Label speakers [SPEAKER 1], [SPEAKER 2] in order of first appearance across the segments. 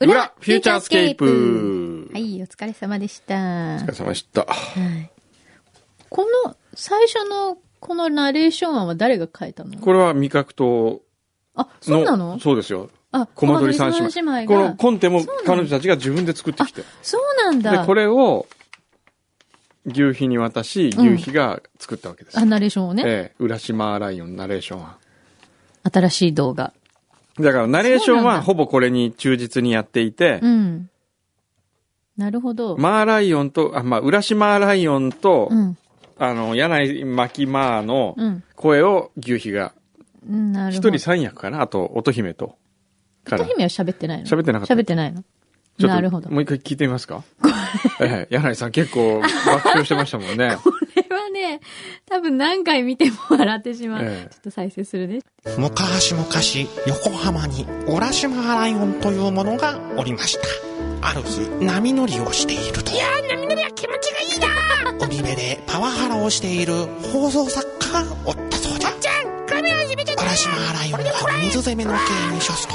[SPEAKER 1] フューチャースケープ
[SPEAKER 2] は。い、お疲れ様でした。
[SPEAKER 1] お疲れ様でした。
[SPEAKER 2] はい。この、最初の、このナレーション案は誰が書いたの
[SPEAKER 1] これは味覚と
[SPEAKER 2] あ、
[SPEAKER 1] の、
[SPEAKER 2] そうなの
[SPEAKER 1] そうですよ。
[SPEAKER 2] あ、
[SPEAKER 1] コマ撮り三
[SPEAKER 2] 小
[SPEAKER 1] 姉
[SPEAKER 2] 松三
[SPEAKER 1] 妹。
[SPEAKER 2] 姉
[SPEAKER 1] この
[SPEAKER 2] 妹が。
[SPEAKER 1] コンテも彼女たちが自分で作ってきて。
[SPEAKER 2] そうなん
[SPEAKER 1] で
[SPEAKER 2] だ。、
[SPEAKER 1] これを、牛皮に渡し、
[SPEAKER 2] うん
[SPEAKER 1] 牛皮が作ったわけです。
[SPEAKER 2] あ、ナレーションをね。
[SPEAKER 1] ええ、浦島ライオンナレーションは。
[SPEAKER 2] 新しい動画。
[SPEAKER 1] だからナレーシ
[SPEAKER 2] そ
[SPEAKER 1] ョン
[SPEAKER 2] うなん
[SPEAKER 1] は
[SPEAKER 2] だ
[SPEAKER 1] ほぼこれに忠実にやっていて
[SPEAKER 2] う、ん。なるほど。
[SPEAKER 1] マーライオンと、あ、まあ、浦島ライオンと、
[SPEAKER 2] うん。
[SPEAKER 1] あの、柳井巻マーの
[SPEAKER 2] うん。
[SPEAKER 1] 声を牛皮が、
[SPEAKER 2] うんなる
[SPEAKER 1] 一
[SPEAKER 2] ほど。
[SPEAKER 1] 人三役かな、あと、乙姫と。から
[SPEAKER 2] 乙姫は喋ってないの
[SPEAKER 1] 喋ってなかった
[SPEAKER 2] 喋ってないの。
[SPEAKER 1] ちょっと
[SPEAKER 2] なるほど。
[SPEAKER 1] もう一回聞いてみますかええ、柳井さん結構爆笑してましたも んね。
[SPEAKER 2] これはね、多分何回見ても笑ってしまう。
[SPEAKER 1] ええ
[SPEAKER 2] ちょっと再生するね。
[SPEAKER 3] 昔々横浜に浦島ライオンというものがおりましたある日波乗りをしているといや波乗りは気持ちがいいな海辺でパワハラをしている放送作家がおったそうだちゃんカメラ閉めちゃった浦島ライオンが水攻めの刑に処すと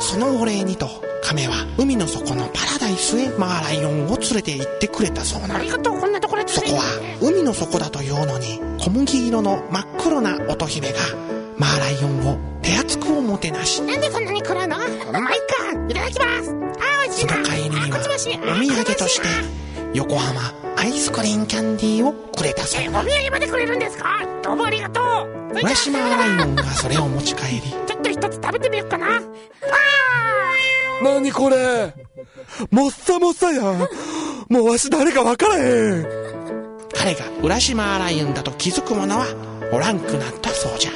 [SPEAKER 3] そのお礼にと亀は海の底のパラダイスへマーライオンを連れて行ってくれたそうなありがとうこんなところそこは海の底だというのに小麦色の真っ黒な乙姫がマーライオンを手厚くおもてなしなんでそんなに暗いのうまいかいただきますあおいしいその帰りにはお土産として横浜アイスクリーンキャンディーをくれたそうな
[SPEAKER 4] お土産までくれるんですかどうもありがとう
[SPEAKER 3] 浦島ライオンがそれを持ち帰り
[SPEAKER 4] ちょっと一つ食べてみようかなあ
[SPEAKER 5] 何これもっさもっさやもうわし誰か分からへん
[SPEAKER 3] 彼が浦島ライオンだと気づく者はおらんくなったそうじゃ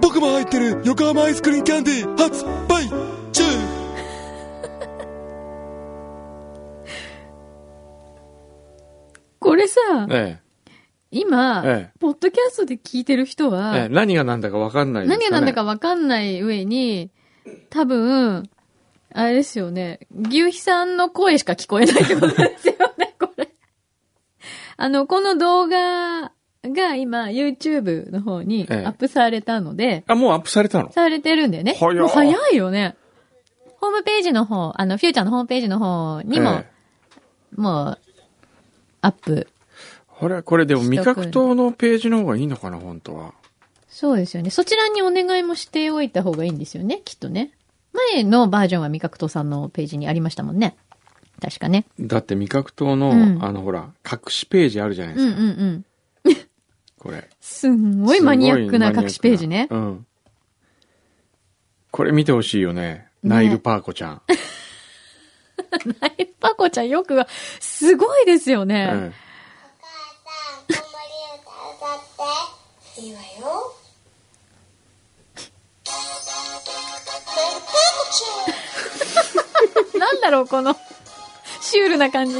[SPEAKER 5] 僕も入ってる横浜アイスクリーンキャンディー発売中
[SPEAKER 2] これさ、
[SPEAKER 1] え
[SPEAKER 2] 今、
[SPEAKER 1] え
[SPEAKER 2] ポッドキャストで聞いてる人
[SPEAKER 1] え
[SPEAKER 2] は、
[SPEAKER 1] ええ、何が何だか分かんないですか、ね。
[SPEAKER 2] 何が何だか分かんない上に、多分、あれですよね、牛皮さんの声しか聞こえないってことですよね、 これ。あの、この動画が今、YouTube の方にア
[SPEAKER 1] ええ
[SPEAKER 2] ップされたので、
[SPEAKER 1] あ、もうアップされたの
[SPEAKER 2] されてるんだよね。
[SPEAKER 1] 早い
[SPEAKER 2] もう早いよね。ホームページの方、あの、フューチャーのホームページの方にも、
[SPEAKER 1] ええ
[SPEAKER 2] もう、アップ。
[SPEAKER 1] ほら、これでも味覚糖のページの方がいいのかな、本当は。
[SPEAKER 2] そうですよね。そちらにお願いもしておいた方がいいんですよね、きっとね。前のバージョンは味覚糖さんのページにありましたもんね。確かね。
[SPEAKER 1] だって味覚糖の、
[SPEAKER 2] うん
[SPEAKER 1] あの、ほら、隠しページあるじゃないで
[SPEAKER 2] うん
[SPEAKER 1] す
[SPEAKER 2] うん
[SPEAKER 1] か。
[SPEAKER 2] うん。
[SPEAKER 1] これ。
[SPEAKER 2] すんごいマニアックな隠しページね
[SPEAKER 1] う。ん。これ見てほしいよね。ナイルパーコ ちゃん。
[SPEAKER 2] ナイパコちゃんよくは、すごいですよ
[SPEAKER 1] え
[SPEAKER 2] ね。
[SPEAKER 1] え
[SPEAKER 6] 子守歌歌っていいわよ
[SPEAKER 2] なんだろう、この、シュールな感じ。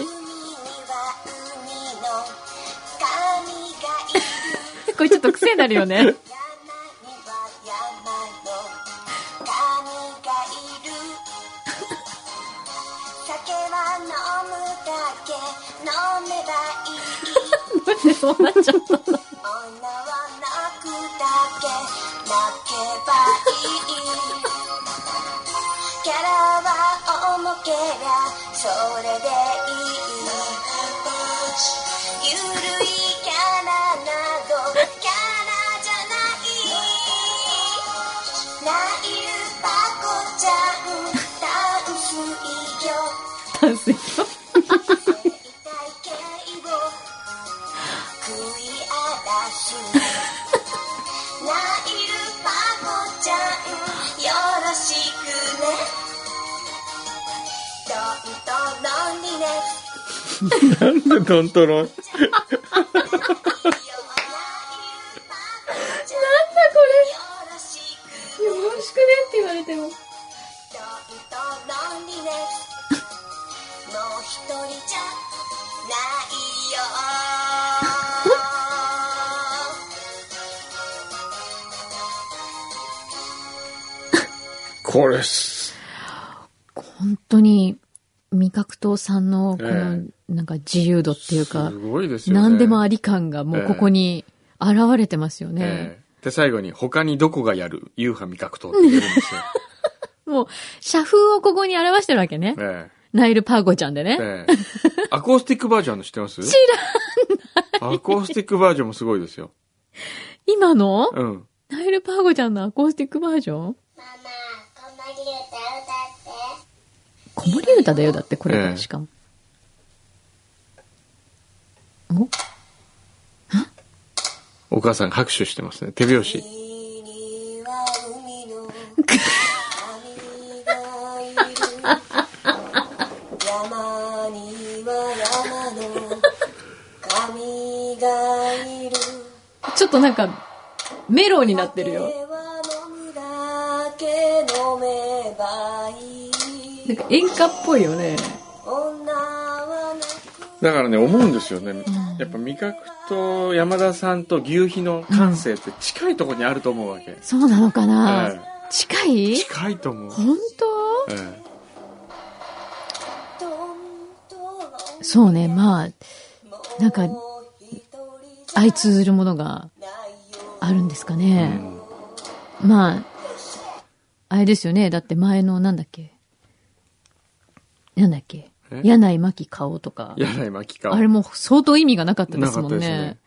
[SPEAKER 2] これちょっと癖になるよ ね。
[SPEAKER 6] 酒は飲むだけ飲めばいい
[SPEAKER 2] なんでそうなっちゃったの
[SPEAKER 6] 女は泣くだけ泣けばいいキャラは重けりゃそれでいいゆるいキャラなどキャラじゃないナイルパコちゃん淡水魚
[SPEAKER 2] 淡水魚
[SPEAKER 6] 痛い経緯を食い荒らすナイルパコちゃんよろしくねどんどんロンリネス
[SPEAKER 1] なんでトントロン。
[SPEAKER 6] よナイルパコちゃ
[SPEAKER 2] なんだこれ。よ
[SPEAKER 6] んよろしく
[SPEAKER 2] ろしくねって言われても。
[SPEAKER 6] どんどんロンリネスもう一人じゃないよ
[SPEAKER 1] これっす。
[SPEAKER 2] 本当に、味覚糖さんの、この
[SPEAKER 1] え、
[SPEAKER 2] なんか自由度っていうか
[SPEAKER 1] す、ごいですよね。
[SPEAKER 2] 何でもあ
[SPEAKER 1] り
[SPEAKER 2] り感がもうここに現れてますよね。
[SPEAKER 1] で、最後に他にどこがやる、ユーハ味覚糖って出るんですよ。
[SPEAKER 2] もう、社風をここに表してるわけね。
[SPEAKER 1] え
[SPEAKER 2] ナイル・パーゴちゃんで
[SPEAKER 1] え。
[SPEAKER 2] ね。
[SPEAKER 1] ええ。アコースティックバージョンの知ってます知らない。アコースティックバージョンもすごいですよ。
[SPEAKER 2] 今の
[SPEAKER 1] うん。
[SPEAKER 2] ナイル・パーゴちゃんのアコースティックバージョン
[SPEAKER 6] ママ、こんなに歌歌って。
[SPEAKER 2] 子守歌だよ、だってこれ、
[SPEAKER 1] ええ
[SPEAKER 2] しかも。お
[SPEAKER 1] お母さん拍手してますね。手拍子。
[SPEAKER 6] 君は海の神がいる山には山の神がいる
[SPEAKER 2] ちょっとなんか、メロウになってるよ。
[SPEAKER 6] 手は飲むだけ飲めばい
[SPEAKER 2] なん
[SPEAKER 6] い
[SPEAKER 2] か演歌っぽいよね。
[SPEAKER 6] 女は泣
[SPEAKER 1] だからね、思うんですよね。やっぱ味覚と山田さんと牛皮の感性って近いところにあると思うわけ。
[SPEAKER 2] そうなのかな、
[SPEAKER 1] え
[SPEAKER 2] 近い
[SPEAKER 1] 近いと思う。
[SPEAKER 2] 本当
[SPEAKER 1] え
[SPEAKER 6] くとんと
[SPEAKER 2] そうね、まあ、なんか、
[SPEAKER 6] ろ一人じゃ
[SPEAKER 2] 相通ずるものが
[SPEAKER 6] ないよ
[SPEAKER 2] あるんですかね。まあ、あれですよね。だって前の、なんだっけ。なんだっけ
[SPEAKER 1] え。
[SPEAKER 2] 柳巻顔とか
[SPEAKER 1] え。。柳巻か。
[SPEAKER 2] あれも相当意味がなかったですもん
[SPEAKER 1] なかったです
[SPEAKER 2] ね
[SPEAKER 1] ね。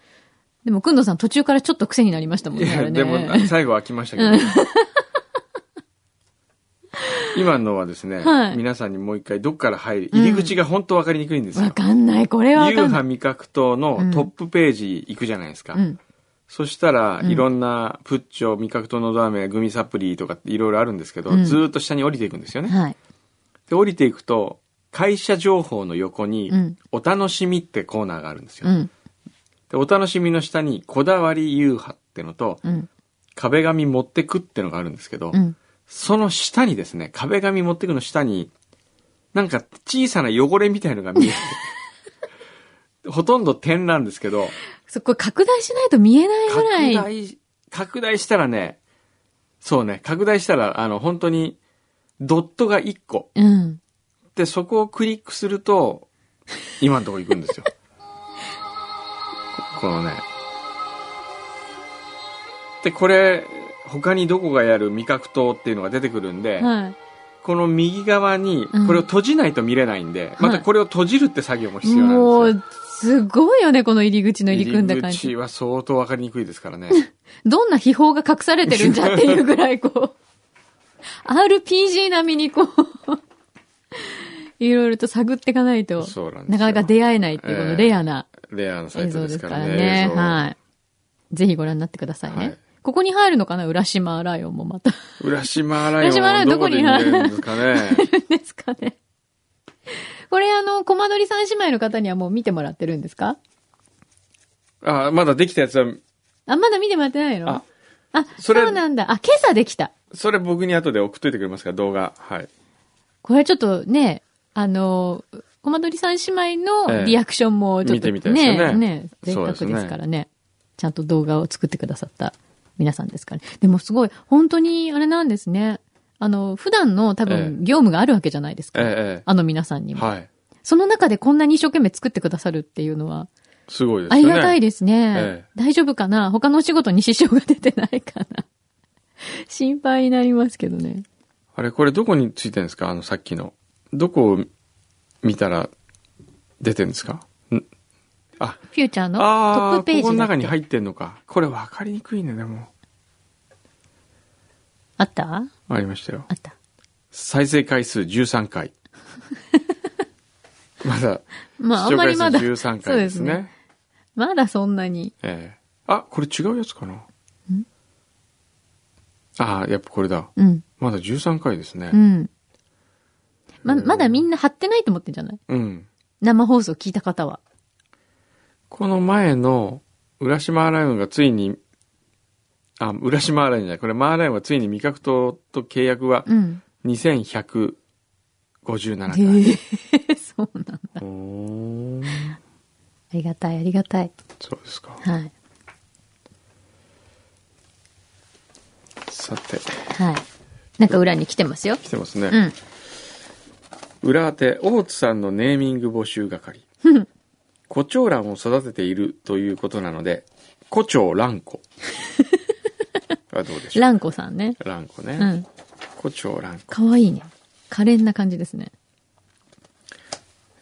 [SPEAKER 2] でも、くんどさん途中からちょっと癖になりましたもん
[SPEAKER 1] い
[SPEAKER 2] ね。あ
[SPEAKER 1] や、
[SPEAKER 2] れね
[SPEAKER 1] でも、最後は飽きましたけど、ね。 今のはですね、
[SPEAKER 2] はい
[SPEAKER 1] 皆さんにもう一回どっから入り、入り口が本当わかりにくいんですよ。
[SPEAKER 2] わかんない。これはわ
[SPEAKER 1] 夕
[SPEAKER 2] かんない
[SPEAKER 1] 飯。味覚糖のトップページ行くじゃないですか。
[SPEAKER 2] うん。
[SPEAKER 1] そしたら、
[SPEAKER 2] ん
[SPEAKER 1] いろんな、プッチョ、味覚糖のど飴、グミサプリとかっていろいろあるんですけど、
[SPEAKER 2] うん
[SPEAKER 1] ずーっと下に降りていくんですよね。
[SPEAKER 2] はい。
[SPEAKER 1] で、降りていくと、会社情報の横に、
[SPEAKER 2] うん
[SPEAKER 1] お楽しみってコーナーがあるんですよ。
[SPEAKER 2] うん。
[SPEAKER 1] で、お楽しみの下に、こだわり夕飯ってのと、
[SPEAKER 2] うん。
[SPEAKER 1] 壁紙持ってくってのがあるんですけど、
[SPEAKER 2] うん。
[SPEAKER 1] その下にですね、壁紙持ってくの下に、なんか小さな汚れみたいのが見えて、 ほとんど点なんですけど、
[SPEAKER 2] そこ拡大しないと見えないぐ
[SPEAKER 1] 拡
[SPEAKER 2] らい。
[SPEAKER 1] 大、拡大したらね、そうね、拡大したら、あの、本当に、ドットが1個。
[SPEAKER 2] うん。
[SPEAKER 1] で、そこをクリックすると、今のとこ行くんですよ。 ここのね。で、これ、他にどこがやる味覚糖っていうのが出てくるんで、
[SPEAKER 2] はい。
[SPEAKER 1] この右側に
[SPEAKER 2] うん、
[SPEAKER 1] これを閉じないと見れないんで、またこれを閉じるって作業も必要
[SPEAKER 2] も
[SPEAKER 1] なんですよ。
[SPEAKER 2] う、すごいよね、この入り口の入り組んだ
[SPEAKER 1] 入
[SPEAKER 2] 感
[SPEAKER 1] り
[SPEAKER 2] じ
[SPEAKER 1] 口。は相当わかりにくいですからね。
[SPEAKER 2] どんな秘宝が隠されてるんじゃっていうぐらい、こう、RPG 並みにこう、 いろいろと探っていかないと、
[SPEAKER 1] そうなんですよ
[SPEAKER 2] なかなか出会えないっていう、このレアな
[SPEAKER 1] レアなサイ
[SPEAKER 2] 映
[SPEAKER 1] ト
[SPEAKER 2] 像
[SPEAKER 1] で
[SPEAKER 2] ですす
[SPEAKER 1] か
[SPEAKER 2] からら
[SPEAKER 1] ね。
[SPEAKER 2] ね。
[SPEAKER 1] 映像
[SPEAKER 2] はい。ぜひご覧になってくださいね。
[SPEAKER 1] はい
[SPEAKER 2] ここに入るのかな浦島ライオンもまた。
[SPEAKER 1] 浦島ライオン
[SPEAKER 2] 浦島ライオ
[SPEAKER 1] は
[SPEAKER 2] ン
[SPEAKER 1] どこで見れるんですかね。
[SPEAKER 2] ですかね。これあの、コマ撮り三姉妹の方にはもう見てもらってるんですか
[SPEAKER 1] あ、まだできたやつは、
[SPEAKER 2] あ、まだ見てもらってないの
[SPEAKER 1] あ
[SPEAKER 2] あそ
[SPEAKER 1] それ
[SPEAKER 2] うなんだ。あ、今朝できた。
[SPEAKER 1] それ僕に後で送っといてくれますか、動画。はい。
[SPEAKER 2] これちょっとね、あの、コマドリ三姉妹
[SPEAKER 1] え
[SPEAKER 2] の
[SPEAKER 1] え
[SPEAKER 2] リアクションもちょっと、
[SPEAKER 1] 見てみたいですよね
[SPEAKER 2] ね、せっ
[SPEAKER 1] そう
[SPEAKER 2] か
[SPEAKER 1] です
[SPEAKER 2] く
[SPEAKER 1] ね
[SPEAKER 2] ですからねちゃんと動画を作ってくださった皆さんですから、ね。でもすごい、本当にあれなんですね。あの、普段の多
[SPEAKER 1] え
[SPEAKER 2] 分業務があるわけじゃないですか。
[SPEAKER 1] ええ
[SPEAKER 2] あの皆さんにも、
[SPEAKER 1] はい。
[SPEAKER 2] その中でこんなに一生懸命作ってくださるっていうのは、
[SPEAKER 1] すごいです
[SPEAKER 2] あ
[SPEAKER 1] よ
[SPEAKER 2] り
[SPEAKER 1] ね。
[SPEAKER 2] がたいですね。
[SPEAKER 1] ええ
[SPEAKER 2] 大丈夫かな他のお仕事に支障が出てないかな 心配になりますけどね。
[SPEAKER 1] あれ、これどこについてるんですかあの、さっきの。どこを見たら出てるんですかんあ、
[SPEAKER 2] フューチャーのト
[SPEAKER 1] あ
[SPEAKER 2] ッ
[SPEAKER 1] あ
[SPEAKER 2] プページだっけ
[SPEAKER 1] ー、ここの中に入ってんのか。これ分かりにくいね、でも。
[SPEAKER 2] あった
[SPEAKER 1] ありましたよ
[SPEAKER 2] あ。った。
[SPEAKER 1] 再生回数13回。 まだ、
[SPEAKER 2] まあ、あ
[SPEAKER 1] 視
[SPEAKER 2] ん
[SPEAKER 1] 聴
[SPEAKER 2] まりま
[SPEAKER 1] 回数
[SPEAKER 2] だ。
[SPEAKER 1] 13
[SPEAKER 2] そう
[SPEAKER 1] 回で
[SPEAKER 2] ですす
[SPEAKER 1] ね
[SPEAKER 2] ね。。まだそんなに。
[SPEAKER 1] ええあ、これ違うやつかな。ああ、やっぱこれだ。
[SPEAKER 2] うん。
[SPEAKER 1] まだ13回ですね
[SPEAKER 2] う。ん。ま、まだみんな貼ってないと思ってんじゃない
[SPEAKER 1] うん。
[SPEAKER 2] 生放送聞いた方は。
[SPEAKER 1] この前の、浦島アライオンがついに、あ、浦島アライオンじゃない、これマーライオンがついに味覚糖と契約は
[SPEAKER 2] うん。
[SPEAKER 1] 2157
[SPEAKER 2] ええ
[SPEAKER 1] 回。
[SPEAKER 2] そうなんだ。
[SPEAKER 1] うーん
[SPEAKER 2] ありがたい、ありがたい。
[SPEAKER 1] そうですか。
[SPEAKER 2] はい。
[SPEAKER 1] さて、
[SPEAKER 2] はい。なんか裏に来てますよ。
[SPEAKER 1] 来てます
[SPEAKER 2] う
[SPEAKER 1] ね。
[SPEAKER 2] ん。
[SPEAKER 1] 裏当て、大津さんのネーミング募集 係。胡蝶蘭を育てているということなので、胡 蝶蘭子。はどうでしょう
[SPEAKER 2] ランコさんね。
[SPEAKER 1] 蘭子
[SPEAKER 2] う
[SPEAKER 1] ね。
[SPEAKER 2] ん。
[SPEAKER 1] 胡蝶蘭。
[SPEAKER 2] かわいいね。可憐な感じですね。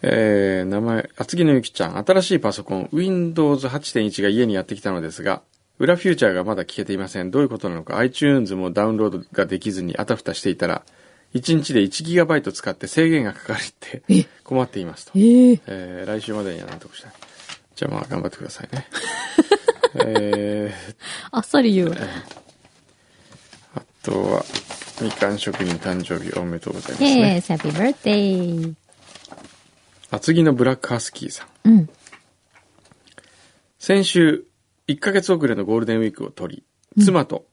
[SPEAKER 1] えー、名前、厚木のゆきちゃん。新しいパソコン、Windows 8.1が家にやってきたのですが、裏フューチャーがまだ聞けていません。どういうことなのか、iTunes もダウンロードができずにあたふたしていたら、1日で 1GB 使って制限がかかるって
[SPEAKER 2] え
[SPEAKER 1] 困っていますと。
[SPEAKER 2] ええ
[SPEAKER 1] えー来週までにはなんとかしたい。じゃあまあ頑張ってください ね。えー、
[SPEAKER 2] あっさり言うわ。
[SPEAKER 1] あとは、みかん職人誕生日おめでとうございますね。
[SPEAKER 2] Yes, happy birthday.
[SPEAKER 1] 厚木のブラックハスキーさん。
[SPEAKER 2] うん。
[SPEAKER 1] 先週、1ヶ月遅れのゴールデンウィークを取り、妻と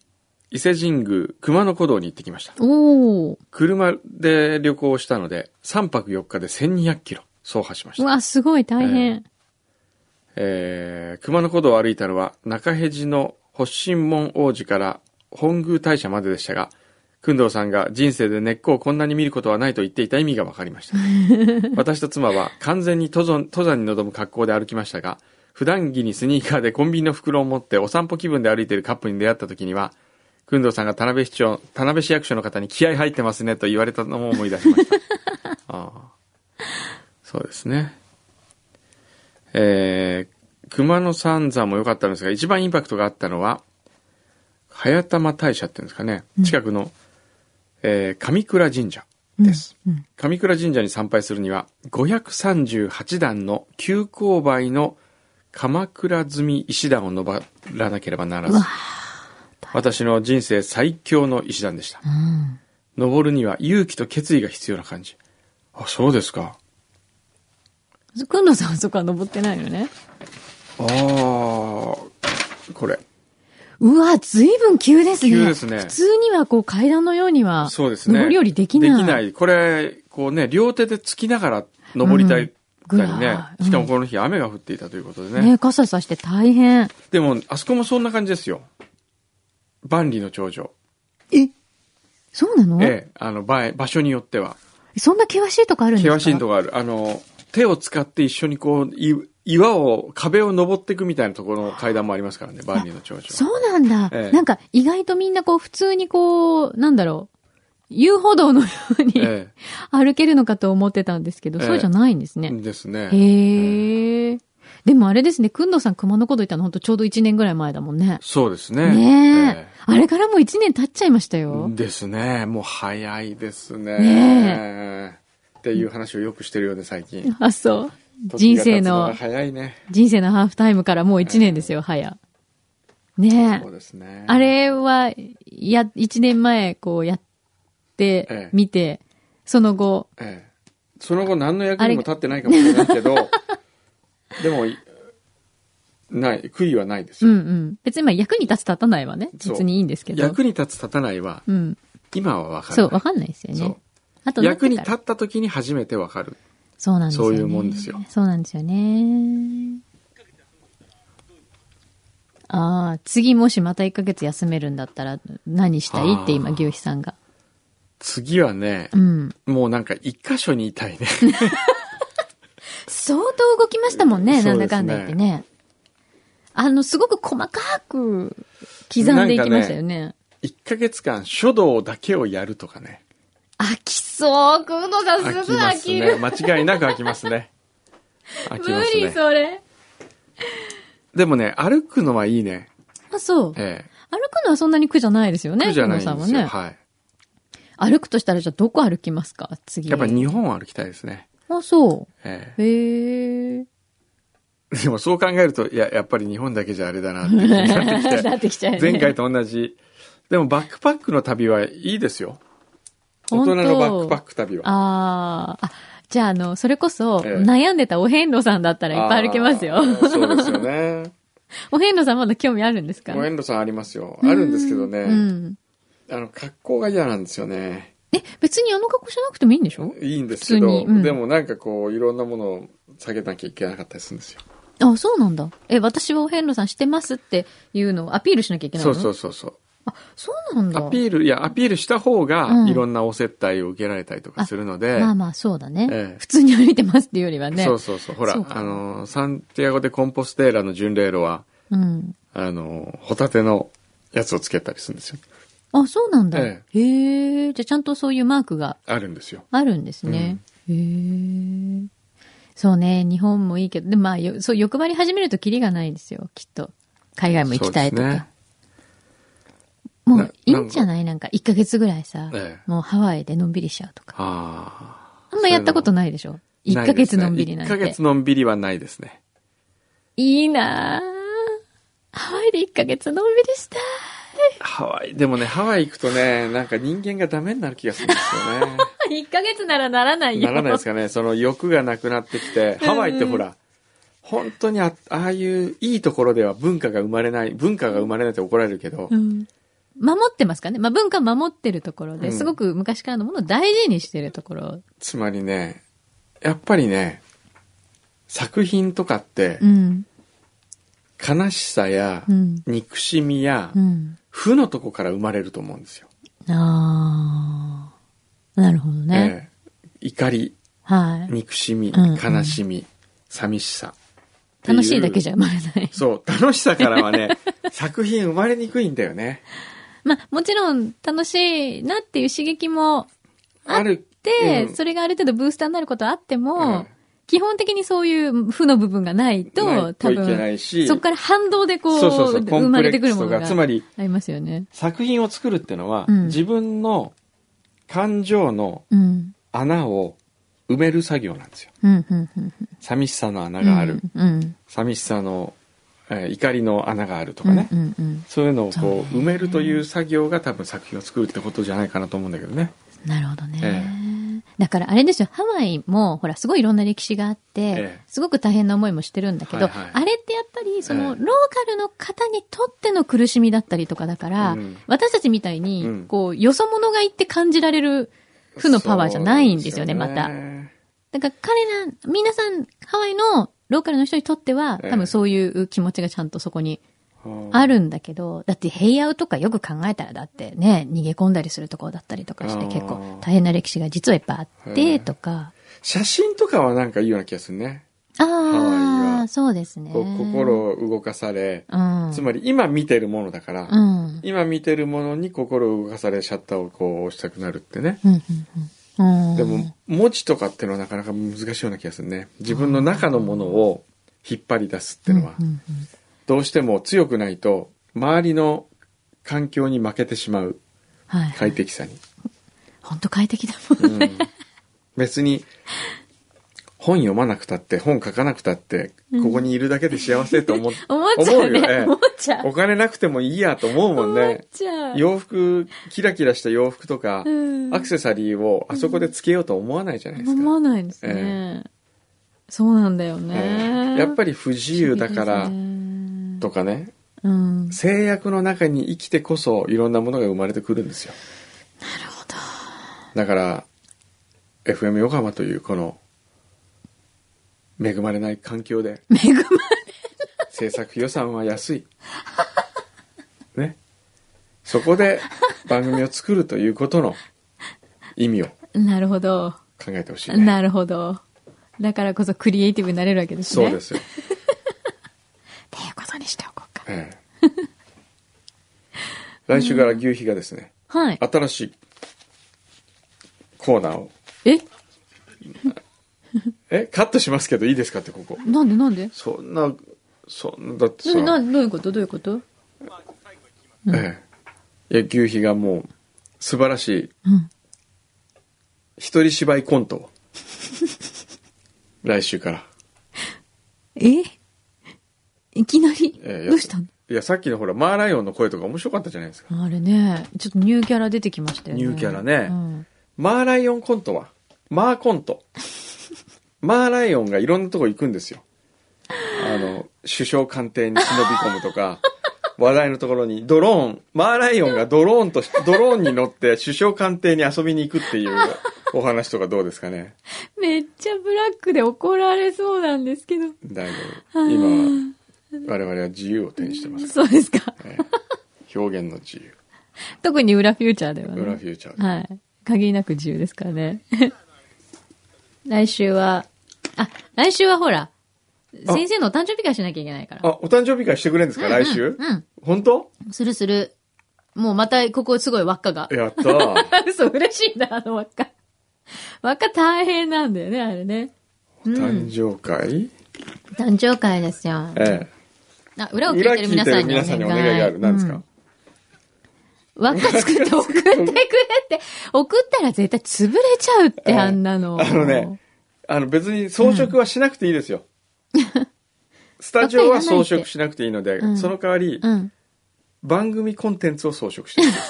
[SPEAKER 1] 伊勢神宮熊野古道に行ってきました。
[SPEAKER 2] おー。
[SPEAKER 1] 車で旅行をしたので、3泊4日で1200キロ走破しまし
[SPEAKER 2] う
[SPEAKER 1] た。
[SPEAKER 2] わ、すごい大変。
[SPEAKER 1] えー、熊野古道を歩いたのは中辺路の発神門王子から本宮大社まででしたが、工藤さんが人生で根っこをこんなに見ることはないと言っていた意味が分かりました。私と妻は完全に登山登山に臨む格好で歩きましたが、普段着にスニーカーでコンビニの袋を持ってお散歩気分で歩いているカップルに出会った時には、工藤さんが田辺市長、田辺市役所の方に気合入ってますねと言われたのも思い出しました。ああそうですね。えー、熊野三山も良かったんですが、一番インパクトがあったのは、早玉大社っていうんですかね、近くの、えー上倉神社です、上倉神社に参拝するには、538段の急勾配の鎌倉積み石段を登らなければならず、私の人生最強の石段でした。登るには勇気と決意が必要な感じ。あ、そうですか。
[SPEAKER 2] くんのさんはそこは登ってないのね。
[SPEAKER 1] ああ、これ。
[SPEAKER 2] うわ、ずいぶん急ですね。
[SPEAKER 1] 急ですね
[SPEAKER 2] 普通にはこう階段のようには、
[SPEAKER 1] そうですね。
[SPEAKER 2] 上り下りできない。
[SPEAKER 1] できない。これ、こうね、両手でつきながら登りたい、
[SPEAKER 2] うん
[SPEAKER 1] た
[SPEAKER 2] ぐ
[SPEAKER 1] りね
[SPEAKER 2] ら。い
[SPEAKER 1] しかもこの日雨が降っていたということでね。
[SPEAKER 2] ね。傘さして大変。
[SPEAKER 1] でも、あそこもそんな感じですよ。万里の長城。
[SPEAKER 2] そうなの、
[SPEAKER 1] ええ、あの、場合場所によっては。
[SPEAKER 2] そんな険しいとこあるんですか
[SPEAKER 1] 険しいとこがある。あの、手を使って一緒にこう、い岩を、壁を登っていくみたいなところの階段もありますからね、万里の長城。
[SPEAKER 2] そうなんだ、
[SPEAKER 1] ええ
[SPEAKER 2] なんか意外とみんなこう普通にこう、なんだろう。遊歩道のように、
[SPEAKER 1] え
[SPEAKER 2] 歩けるのかと思ってたんですけど、
[SPEAKER 1] ええ
[SPEAKER 2] そうじゃないんです
[SPEAKER 1] え
[SPEAKER 2] ね。
[SPEAKER 1] ですね。
[SPEAKER 2] へえ。でもあれですね、くんどさん熊野古道行ったのほんとちょうど1年ぐらい前だもんね。
[SPEAKER 1] そうですね。
[SPEAKER 2] ねえ、
[SPEAKER 1] ええ
[SPEAKER 2] あれからもう1年経っちゃいましたよ。
[SPEAKER 1] ですね。もう早いですね。
[SPEAKER 2] ね
[SPEAKER 1] っていう話をよくしてるよね、最近。
[SPEAKER 2] あ、そう。人生の
[SPEAKER 1] 時が経つは、早いね。
[SPEAKER 2] 人生のハーフタイムからもう1年ですよ、早。ね
[SPEAKER 1] そう
[SPEAKER 2] え。
[SPEAKER 1] ですね。
[SPEAKER 2] あれは、や、1年前、こうやって
[SPEAKER 1] え、
[SPEAKER 2] みて、その後、
[SPEAKER 1] ええその後何の役にも立ってないかもしれないけど、 でも、いない、悔いはないです
[SPEAKER 2] うん
[SPEAKER 1] よ。
[SPEAKER 2] うん。別にまあ役に立つ立たないはね、
[SPEAKER 1] そう
[SPEAKER 2] 別にいいんですけど。
[SPEAKER 1] 役に立つ立たないは、
[SPEAKER 2] うん。
[SPEAKER 1] 今はわかる。
[SPEAKER 2] そう、わかんないですよ
[SPEAKER 1] そ
[SPEAKER 2] ね
[SPEAKER 1] う。
[SPEAKER 2] あと
[SPEAKER 1] 役に立
[SPEAKER 2] っ
[SPEAKER 1] った時に初めてわかる。
[SPEAKER 2] そうなんですよ、ね。
[SPEAKER 1] そういうもんですよ
[SPEAKER 2] そうなんですよね。ああ、次もしまた1ヶ月休めるんだったら何したいって今、
[SPEAKER 1] あー
[SPEAKER 2] 牛皮さんが。
[SPEAKER 1] 次はね
[SPEAKER 2] う、ん。
[SPEAKER 1] もうなんか一箇所にいたいね。
[SPEAKER 2] 相当動きましたもんね、
[SPEAKER 1] そ
[SPEAKER 2] な
[SPEAKER 1] うんで
[SPEAKER 2] だ
[SPEAKER 1] す
[SPEAKER 2] か
[SPEAKER 1] ね
[SPEAKER 2] んだ言ってね。あの、すごく細かく刻んでいきましたよね。
[SPEAKER 1] 一ヶ月間書道だけをやるとかね。
[SPEAKER 2] 飽きそう、くんのさんすぐ
[SPEAKER 1] 飽きま
[SPEAKER 2] 飽
[SPEAKER 1] す
[SPEAKER 2] き
[SPEAKER 1] ね。
[SPEAKER 2] る。
[SPEAKER 1] 間違いなく飽きます ね。飽き
[SPEAKER 2] 無
[SPEAKER 1] ます
[SPEAKER 2] 理、
[SPEAKER 1] ね。
[SPEAKER 2] それ。
[SPEAKER 1] でもね、歩くのはいいね。
[SPEAKER 2] あ、そう。
[SPEAKER 1] ええ。
[SPEAKER 2] 歩くのはそんなに苦じゃないですよね、
[SPEAKER 1] 苦じゃな
[SPEAKER 2] く
[SPEAKER 1] いん
[SPEAKER 2] んのさ
[SPEAKER 1] で
[SPEAKER 2] ん
[SPEAKER 1] す
[SPEAKER 2] は
[SPEAKER 1] よ。
[SPEAKER 2] ね。
[SPEAKER 1] はい。
[SPEAKER 2] 歩くとしたらじゃあどこ歩きますか次。
[SPEAKER 1] やっぱり日本を歩きたいですね。
[SPEAKER 2] あ、そ
[SPEAKER 1] え
[SPEAKER 2] う。へえ。
[SPEAKER 1] え。でもそう考えると、いや、やっぱり日本だけじゃあれだなって気に な ってき
[SPEAKER 2] なってきちゃう、ね
[SPEAKER 1] て。。前回と同じ。でもバックパックの旅はいいですよ。大
[SPEAKER 2] 本当
[SPEAKER 1] 人のバックパック旅は。
[SPEAKER 2] あーあ。じゃあ、あの、それこそ、
[SPEAKER 1] ええ
[SPEAKER 2] 悩んでたお遍路さんだったらいっぱい歩けますよ
[SPEAKER 1] あ。ーそうですよね。
[SPEAKER 2] お遍路さんまだ興味あるんですか
[SPEAKER 1] ご遠路さんありますよ。あるんですけど
[SPEAKER 2] う
[SPEAKER 1] ね。
[SPEAKER 2] ん。
[SPEAKER 1] あの、格好が嫌なんですよね。
[SPEAKER 2] え、別にあの格好しなくてもいいんでしょ
[SPEAKER 1] いいんですけ
[SPEAKER 2] 普
[SPEAKER 1] ど、
[SPEAKER 2] 通にうん
[SPEAKER 1] でもなんかこう、いろんなものを下げなきゃいけなかったりするんですよ。
[SPEAKER 2] あ、そうなんだ。え、私はお遍路さんしてますっていうのをアピールしなきゃいけない
[SPEAKER 1] そ
[SPEAKER 2] の。
[SPEAKER 1] うそううそうそう。
[SPEAKER 2] そうなんだ。
[SPEAKER 1] アピール、いや、アピールした方
[SPEAKER 2] う
[SPEAKER 1] が
[SPEAKER 2] ん、
[SPEAKER 1] いろんなお接待を受けられたりとかするので、
[SPEAKER 2] まあまあ、そうだね、
[SPEAKER 1] ええ
[SPEAKER 2] 普通に歩いてますっていうよりはね。
[SPEAKER 1] そうそうそう。ほら、
[SPEAKER 2] そうか
[SPEAKER 1] あの、サンティアゴ・でコンポステーラの巡礼路は、
[SPEAKER 2] うん。
[SPEAKER 1] あの、ホタテのやつをつけたりするんですよ。
[SPEAKER 2] あ、そうなんだ。
[SPEAKER 1] え
[SPEAKER 2] へえ。じゃあちゃんとそういうマークが
[SPEAKER 1] あるんですよ。
[SPEAKER 2] あるんですね。へえ。そうね、日本もいいけど、でもまあ、よそう、欲張り始めるとキリがないですよ、きっと。海外も行きたいと
[SPEAKER 1] そう
[SPEAKER 2] か。
[SPEAKER 1] ですね
[SPEAKER 2] も
[SPEAKER 1] な
[SPEAKER 2] ういいんじゃないなんか、1ヶ月ぐらいさ、
[SPEAKER 1] ええ
[SPEAKER 2] もうハワイでのんびりしちゃうとか。
[SPEAKER 1] あ
[SPEAKER 2] あんまやったことないでしょ ?1 ヶ月のんびりなんて。
[SPEAKER 1] 1ヶ月のんびりはないですね。
[SPEAKER 2] いいなぁ。ハワイで1ヶ月のんびりしたい。
[SPEAKER 1] ハワイ、でもね、ハワイ行くとね、なんか人間がダメになる気がするんですよね。
[SPEAKER 2] 1ヶ月ならなら ないよ。
[SPEAKER 1] ならないですかね。その欲がなくなってきて、ハワイってほら、本当にあああいういいところでは文化が生まれない、文化が生まれないって怒られるけど、
[SPEAKER 2] うん守ってますかね、まあ、文化守ってるところで、
[SPEAKER 1] うん
[SPEAKER 2] すごく昔からのものを大事にしてるところ。
[SPEAKER 1] つまりね、やっぱりね、作品とかって
[SPEAKER 2] う、ん。
[SPEAKER 1] 悲しさや
[SPEAKER 2] うん、
[SPEAKER 1] 憎しみや
[SPEAKER 2] う、ん。
[SPEAKER 1] 負のとこから生まれると思うんですよ。
[SPEAKER 2] ああ。なるほどね。
[SPEAKER 1] ええ怒り、
[SPEAKER 2] はい。
[SPEAKER 1] 憎しみ、
[SPEAKER 2] うん
[SPEAKER 1] 悲しみ、寂しさ。ってう
[SPEAKER 2] 楽しいだけじゃ生まれない。
[SPEAKER 1] そう、楽しさからはね、作品生まれにくいんだよね。
[SPEAKER 2] まあ、もちろん楽しいなっていう刺激も
[SPEAKER 1] ある。
[SPEAKER 2] で、
[SPEAKER 1] うん
[SPEAKER 2] それがある程度ブースターになることはあっても、
[SPEAKER 1] うん
[SPEAKER 2] 基本的にそういう負の部分がないと、
[SPEAKER 1] ないと
[SPEAKER 2] 多
[SPEAKER 1] いけな
[SPEAKER 2] 分、
[SPEAKER 1] いし、
[SPEAKER 2] そこから反動でこう
[SPEAKER 1] そうそうそう
[SPEAKER 2] 生まれてくるもの
[SPEAKER 1] コン
[SPEAKER 2] が
[SPEAKER 1] プレックスとかつまり
[SPEAKER 2] ありますよね。
[SPEAKER 1] 作品を作るってのは、
[SPEAKER 2] うん
[SPEAKER 1] 自分の感情の
[SPEAKER 2] うん。
[SPEAKER 1] 穴を埋める作業なんですよ。
[SPEAKER 2] うん、うん、うん。
[SPEAKER 1] 寂しさの穴がある。
[SPEAKER 2] うん。うん
[SPEAKER 1] 寂しさの、えー怒りの穴があるとかね。
[SPEAKER 2] うんうんうん、
[SPEAKER 1] そういうのを
[SPEAKER 2] そう
[SPEAKER 1] こ
[SPEAKER 2] ね
[SPEAKER 1] う埋めるという作業が多分作品を作るってことじゃないかなと思うんだけどね。
[SPEAKER 2] なるほどね。
[SPEAKER 1] え
[SPEAKER 2] だからあれですよ、ハワイも、ほら、すごいいろんな歴史があって、
[SPEAKER 1] ええ
[SPEAKER 2] すごく大変な思いもしてるんだけど、
[SPEAKER 1] はいはい
[SPEAKER 2] あれってやっぱり、その、
[SPEAKER 1] ええ
[SPEAKER 2] ローカルの方にとっての苦しみだったりとかだから、
[SPEAKER 1] うん
[SPEAKER 2] 私たちみたいうに
[SPEAKER 1] ん、
[SPEAKER 2] こう、よそ者がいって感じられる負のパワーじゃないんですよね、
[SPEAKER 1] そうな
[SPEAKER 2] ま
[SPEAKER 1] ん
[SPEAKER 2] た。
[SPEAKER 1] で
[SPEAKER 2] だから彼ら、皆さん、ハワイのローカルの人にとっては、
[SPEAKER 1] ええ
[SPEAKER 2] 多分そういう気持ちがちゃんとそこに
[SPEAKER 1] すよね。
[SPEAKER 2] あるんだけど、だってヘイアウとかよく考えたらだってね、逃げ込んだりするところだったりとかして
[SPEAKER 1] あー
[SPEAKER 2] 結構大変な歴史が実はいっぱいあっ
[SPEAKER 1] へ
[SPEAKER 2] て
[SPEAKER 1] え
[SPEAKER 2] とか、
[SPEAKER 1] 写真とかはなんかいいような気がするね。ワイ
[SPEAKER 2] ああ、
[SPEAKER 1] は
[SPEAKER 2] そうですね。
[SPEAKER 1] こう心を動かされ、
[SPEAKER 2] うん。
[SPEAKER 1] つまり今見てるものだから、
[SPEAKER 2] うん。
[SPEAKER 1] 今見てるものに心を動かされシャッターをこう押したくなるってね。
[SPEAKER 2] うん。うん。うん
[SPEAKER 1] でも、文字とかってのはなかなか難しいような気がするね。自分の中のものを引っ張り出すっていうのは
[SPEAKER 2] う、ん
[SPEAKER 1] どうしても強くないと、周りの環境に負けてしまう、
[SPEAKER 2] はい。
[SPEAKER 1] 快適さに。
[SPEAKER 2] 本当快適だもんね。
[SPEAKER 1] 別に、本読まなくたって、本書かなくたって、ここにいるだけで幸せと思っ
[SPEAKER 2] 思っちゃう
[SPEAKER 1] 思う
[SPEAKER 2] ね。
[SPEAKER 1] よ
[SPEAKER 2] 思っちゃう
[SPEAKER 1] お。金なくてもいいやと思うもん
[SPEAKER 2] 思っ
[SPEAKER 1] ね。
[SPEAKER 2] ちゃ う。
[SPEAKER 1] 洋服、キラキラした洋服とか、
[SPEAKER 2] うん
[SPEAKER 1] アクセサリーをあそこでつけようと思わないじゃないですか。
[SPEAKER 2] 思わないですね。そうなんだよ
[SPEAKER 1] え
[SPEAKER 2] ね。
[SPEAKER 1] えやっぱり不自由だか
[SPEAKER 2] 不
[SPEAKER 1] ら
[SPEAKER 2] 思議ですね
[SPEAKER 1] とかね、
[SPEAKER 2] うん。
[SPEAKER 1] 制約の中に生きてこそいろんなものが生まれてくるんですよ。なるほど。だから、FM 横浜というこの、恵まれない環境で、
[SPEAKER 2] 恵ま
[SPEAKER 1] 制作予算は安い。ね。そこで番組を作るということの意味を
[SPEAKER 2] なるほど。
[SPEAKER 1] 考えてほしい、ね。
[SPEAKER 2] なるほど。だからこそクリエイティブになれるわけですね。。
[SPEAKER 1] そうですすよ。
[SPEAKER 2] っていうことにしておこうか。
[SPEAKER 1] ええ来週から牛皮がですね、
[SPEAKER 2] はい。
[SPEAKER 1] 新しいコーナーを。
[SPEAKER 2] え
[SPEAKER 1] え、カットしますけどいいですかってここ。
[SPEAKER 2] なんでなんで
[SPEAKER 1] そんな、そんな、だって
[SPEAKER 2] なな
[SPEAKER 1] さ、
[SPEAKER 2] どういうことどういうこと
[SPEAKER 1] ええ、いや、牛皮がもう、素晴らしい、
[SPEAKER 2] うん。
[SPEAKER 1] 一人芝居コントを。 来週から。
[SPEAKER 2] えいきなり、
[SPEAKER 1] ええや
[SPEAKER 2] どうしたの
[SPEAKER 1] いや、さっきのほら、マーライオンの声とか面白かったじゃないですか。
[SPEAKER 2] あれね、ちょっとニューキャラ出てきましたよね。
[SPEAKER 1] ニューキャラね
[SPEAKER 2] うん。
[SPEAKER 1] マーライオンコントは、マーコ ント。マーライオンがいろんなとこ行くんですよ。あの、首相官邸に忍び込む とか、話題のところにドローン、マーライオンがドローンとし、ドローンに乗って首相官邸に遊びに行くっ ていうお話とかどうですかね。
[SPEAKER 2] めっちゃブラックで怒られそうなんですけど。
[SPEAKER 1] だいぶ、今、我々は自由を手にしてますか
[SPEAKER 2] そうですか。
[SPEAKER 1] らね。表現の自由。
[SPEAKER 2] 特に裏フューチャーではね。
[SPEAKER 1] 裏フューチャー。
[SPEAKER 2] はい。限りなく自由ですからね。来週は、あ、来週はほら、
[SPEAKER 1] あ
[SPEAKER 2] 先生のお誕生日会しなきゃいけないから。
[SPEAKER 1] あ、お誕生日会してくれるんですか来週
[SPEAKER 2] うん。
[SPEAKER 1] 本当
[SPEAKER 2] するする。もうまた、ここすごい輪っかが。
[SPEAKER 1] やったー。
[SPEAKER 2] 嘘、嬉しいな、あの輪っか。輪っか大変なんだよね、あれね。うん。
[SPEAKER 1] 誕生会
[SPEAKER 2] 誕生会ですよ。
[SPEAKER 1] え
[SPEAKER 2] あ、裏
[SPEAKER 1] え。
[SPEAKER 2] を聞いてる皆さんにお願い。
[SPEAKER 1] 皆さんにお願いがある。何です
[SPEAKER 2] うん
[SPEAKER 1] か
[SPEAKER 2] 輪っか作って送ってくれって、送ったら絶対潰れちゃうって、
[SPEAKER 1] ええ
[SPEAKER 2] あんなの。
[SPEAKER 1] あのね、あの別に装飾はしなくていいですよ。 スタジオは装飾しなくていいので、
[SPEAKER 2] うん
[SPEAKER 1] その代わり、
[SPEAKER 2] うん。
[SPEAKER 1] 番組コンテンツを装飾してくださ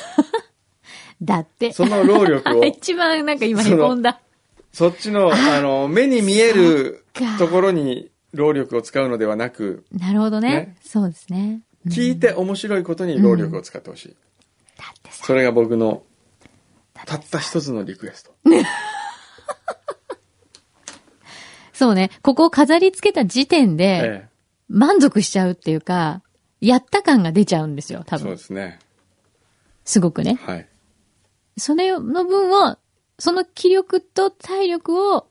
[SPEAKER 2] だって。
[SPEAKER 1] いその労 力を、
[SPEAKER 2] 一番なんか今へこんだ。
[SPEAKER 1] そっちの、あの、目に見える
[SPEAKER 2] そっか
[SPEAKER 1] ところに労力を使うのではなく、
[SPEAKER 2] なるほどね
[SPEAKER 1] ね
[SPEAKER 2] そうですね。うん
[SPEAKER 1] 聞いて面白いことに労力を使ってほしい。
[SPEAKER 2] だってさ、
[SPEAKER 1] それが僕の、たった一つのリクエスト。
[SPEAKER 2] そうね、ここを飾り付けた時点で、
[SPEAKER 1] え
[SPEAKER 2] 満足しちゃうっていうか、やった感が出ちゃうんですよ、
[SPEAKER 1] え。
[SPEAKER 2] 多
[SPEAKER 1] そう
[SPEAKER 2] 分
[SPEAKER 1] で。すね。
[SPEAKER 2] すごくね。
[SPEAKER 1] はい。
[SPEAKER 2] それの分を、その気力と体力を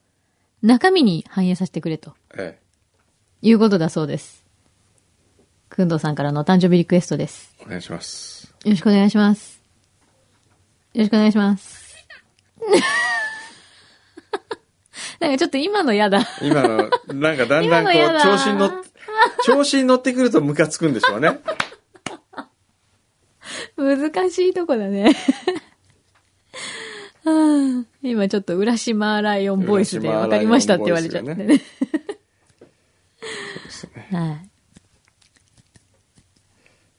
[SPEAKER 2] 中身に反映させてくれと
[SPEAKER 1] え
[SPEAKER 2] いうことだそうです。くんどうさんからのお誕生日リクエストです。
[SPEAKER 1] え。お願いします。
[SPEAKER 2] よろしくお願いします。よろしくお願いします。 なんかちょっと今のやだ。
[SPEAKER 1] 今の、なんかだんだんこ
[SPEAKER 2] 今のや
[SPEAKER 1] う、
[SPEAKER 2] だ
[SPEAKER 1] 調子に乗って、調子に乗ってくるとムカつくんでしょうね。
[SPEAKER 2] 難しいとこだね。 はあ今ちょっと浦島ライオンボイスで
[SPEAKER 1] 浦島
[SPEAKER 2] 分
[SPEAKER 1] ラ
[SPEAKER 2] か
[SPEAKER 1] イ
[SPEAKER 2] り
[SPEAKER 1] オンボ
[SPEAKER 2] ま
[SPEAKER 1] イス
[SPEAKER 2] した
[SPEAKER 1] が
[SPEAKER 2] って
[SPEAKER 1] ね
[SPEAKER 2] 言われちゃってね。はい。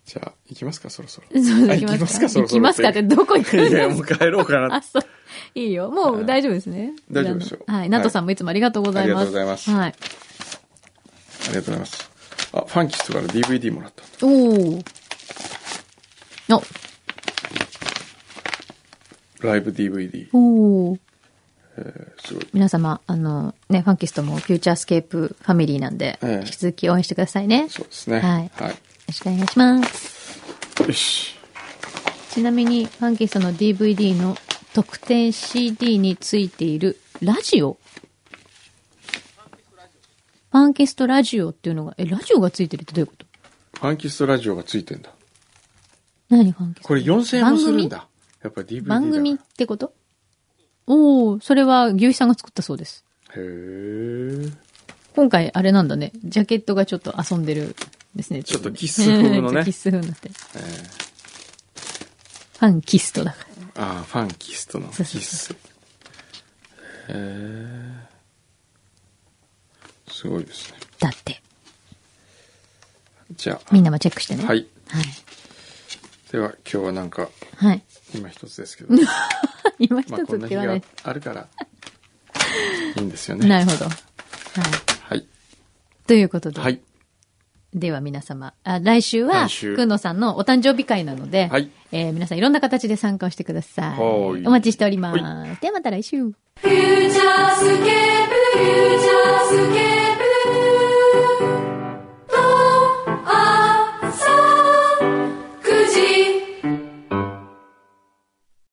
[SPEAKER 1] じゃあ、行きますか、そろそろ。
[SPEAKER 2] そう
[SPEAKER 1] あ
[SPEAKER 2] 行きますか
[SPEAKER 1] 行きますかそろそろ
[SPEAKER 2] 行きますかってどこ行く
[SPEAKER 1] い
[SPEAKER 2] ん
[SPEAKER 1] や、
[SPEAKER 2] で
[SPEAKER 1] も
[SPEAKER 2] す
[SPEAKER 1] う
[SPEAKER 2] か
[SPEAKER 1] 帰ろうか な
[SPEAKER 2] あ、。そう。いいよ。もう大丈夫ですね。
[SPEAKER 1] 大丈夫ですよ
[SPEAKER 2] あのはい。ナトさんもいつもありがとうございます。
[SPEAKER 1] はいありがとうございます
[SPEAKER 2] はい。
[SPEAKER 1] ありがとうございます。あ、ファンキストから DVD もらった。
[SPEAKER 2] おー。あ、
[SPEAKER 1] ライブ DVD。
[SPEAKER 2] おー。
[SPEAKER 1] すごい。
[SPEAKER 2] 皆様、あの、ね、ファンキストもフューチャースケープファミリーなんで、
[SPEAKER 1] ええ
[SPEAKER 2] 引き続き応援してくださいね。よ
[SPEAKER 1] そうですね。
[SPEAKER 2] はいろしくお願いします。
[SPEAKER 1] よし。
[SPEAKER 2] ちなみに、ファンキストの DVD の特典 CD についているラジオファンキストラジオっていうのが、え、ラジオがついてるってどういうこと
[SPEAKER 1] ファンキストラジオがついてんだ。
[SPEAKER 2] 何ファンキスト
[SPEAKER 1] これ4000円もするんだ。やっぱ DVD だから
[SPEAKER 2] 番組ってことおおそれは牛肥さんが作ったそうです。
[SPEAKER 1] へー
[SPEAKER 2] 今回あれなんだね。ジャケットがちょっと遊んでるですね。
[SPEAKER 1] ちょっとキッス 風のね
[SPEAKER 2] キッス風になってる。ファンキストだから。
[SPEAKER 1] ああ、ファンキストのキ
[SPEAKER 2] そうそう
[SPEAKER 1] ス。へえ。すごいですね。
[SPEAKER 2] だって。
[SPEAKER 1] じゃ
[SPEAKER 2] みんなもチェックしてね。
[SPEAKER 1] あ、はい。
[SPEAKER 2] はい。
[SPEAKER 1] では、今日はなんか、
[SPEAKER 2] はい。
[SPEAKER 1] 今一 つですけど、ま
[SPEAKER 2] 今
[SPEAKER 1] あ、
[SPEAKER 2] 一
[SPEAKER 1] こ
[SPEAKER 2] つ
[SPEAKER 1] ん
[SPEAKER 2] って
[SPEAKER 1] な日
[SPEAKER 2] 言わな
[SPEAKER 1] が
[SPEAKER 2] い。
[SPEAKER 1] あるから、いいんですよね。
[SPEAKER 2] なるほど。はい。
[SPEAKER 1] はい。
[SPEAKER 2] ということで。
[SPEAKER 1] はい。
[SPEAKER 2] では皆様、あ来週は、
[SPEAKER 1] 来週
[SPEAKER 2] くんのさんのお誕生日会なので、
[SPEAKER 1] はい
[SPEAKER 2] えー皆さんいろんな形で参加をしてください。
[SPEAKER 1] はい
[SPEAKER 2] お待ちしております。
[SPEAKER 1] は
[SPEAKER 2] ではまた来週。
[SPEAKER 7] フューチャースケープ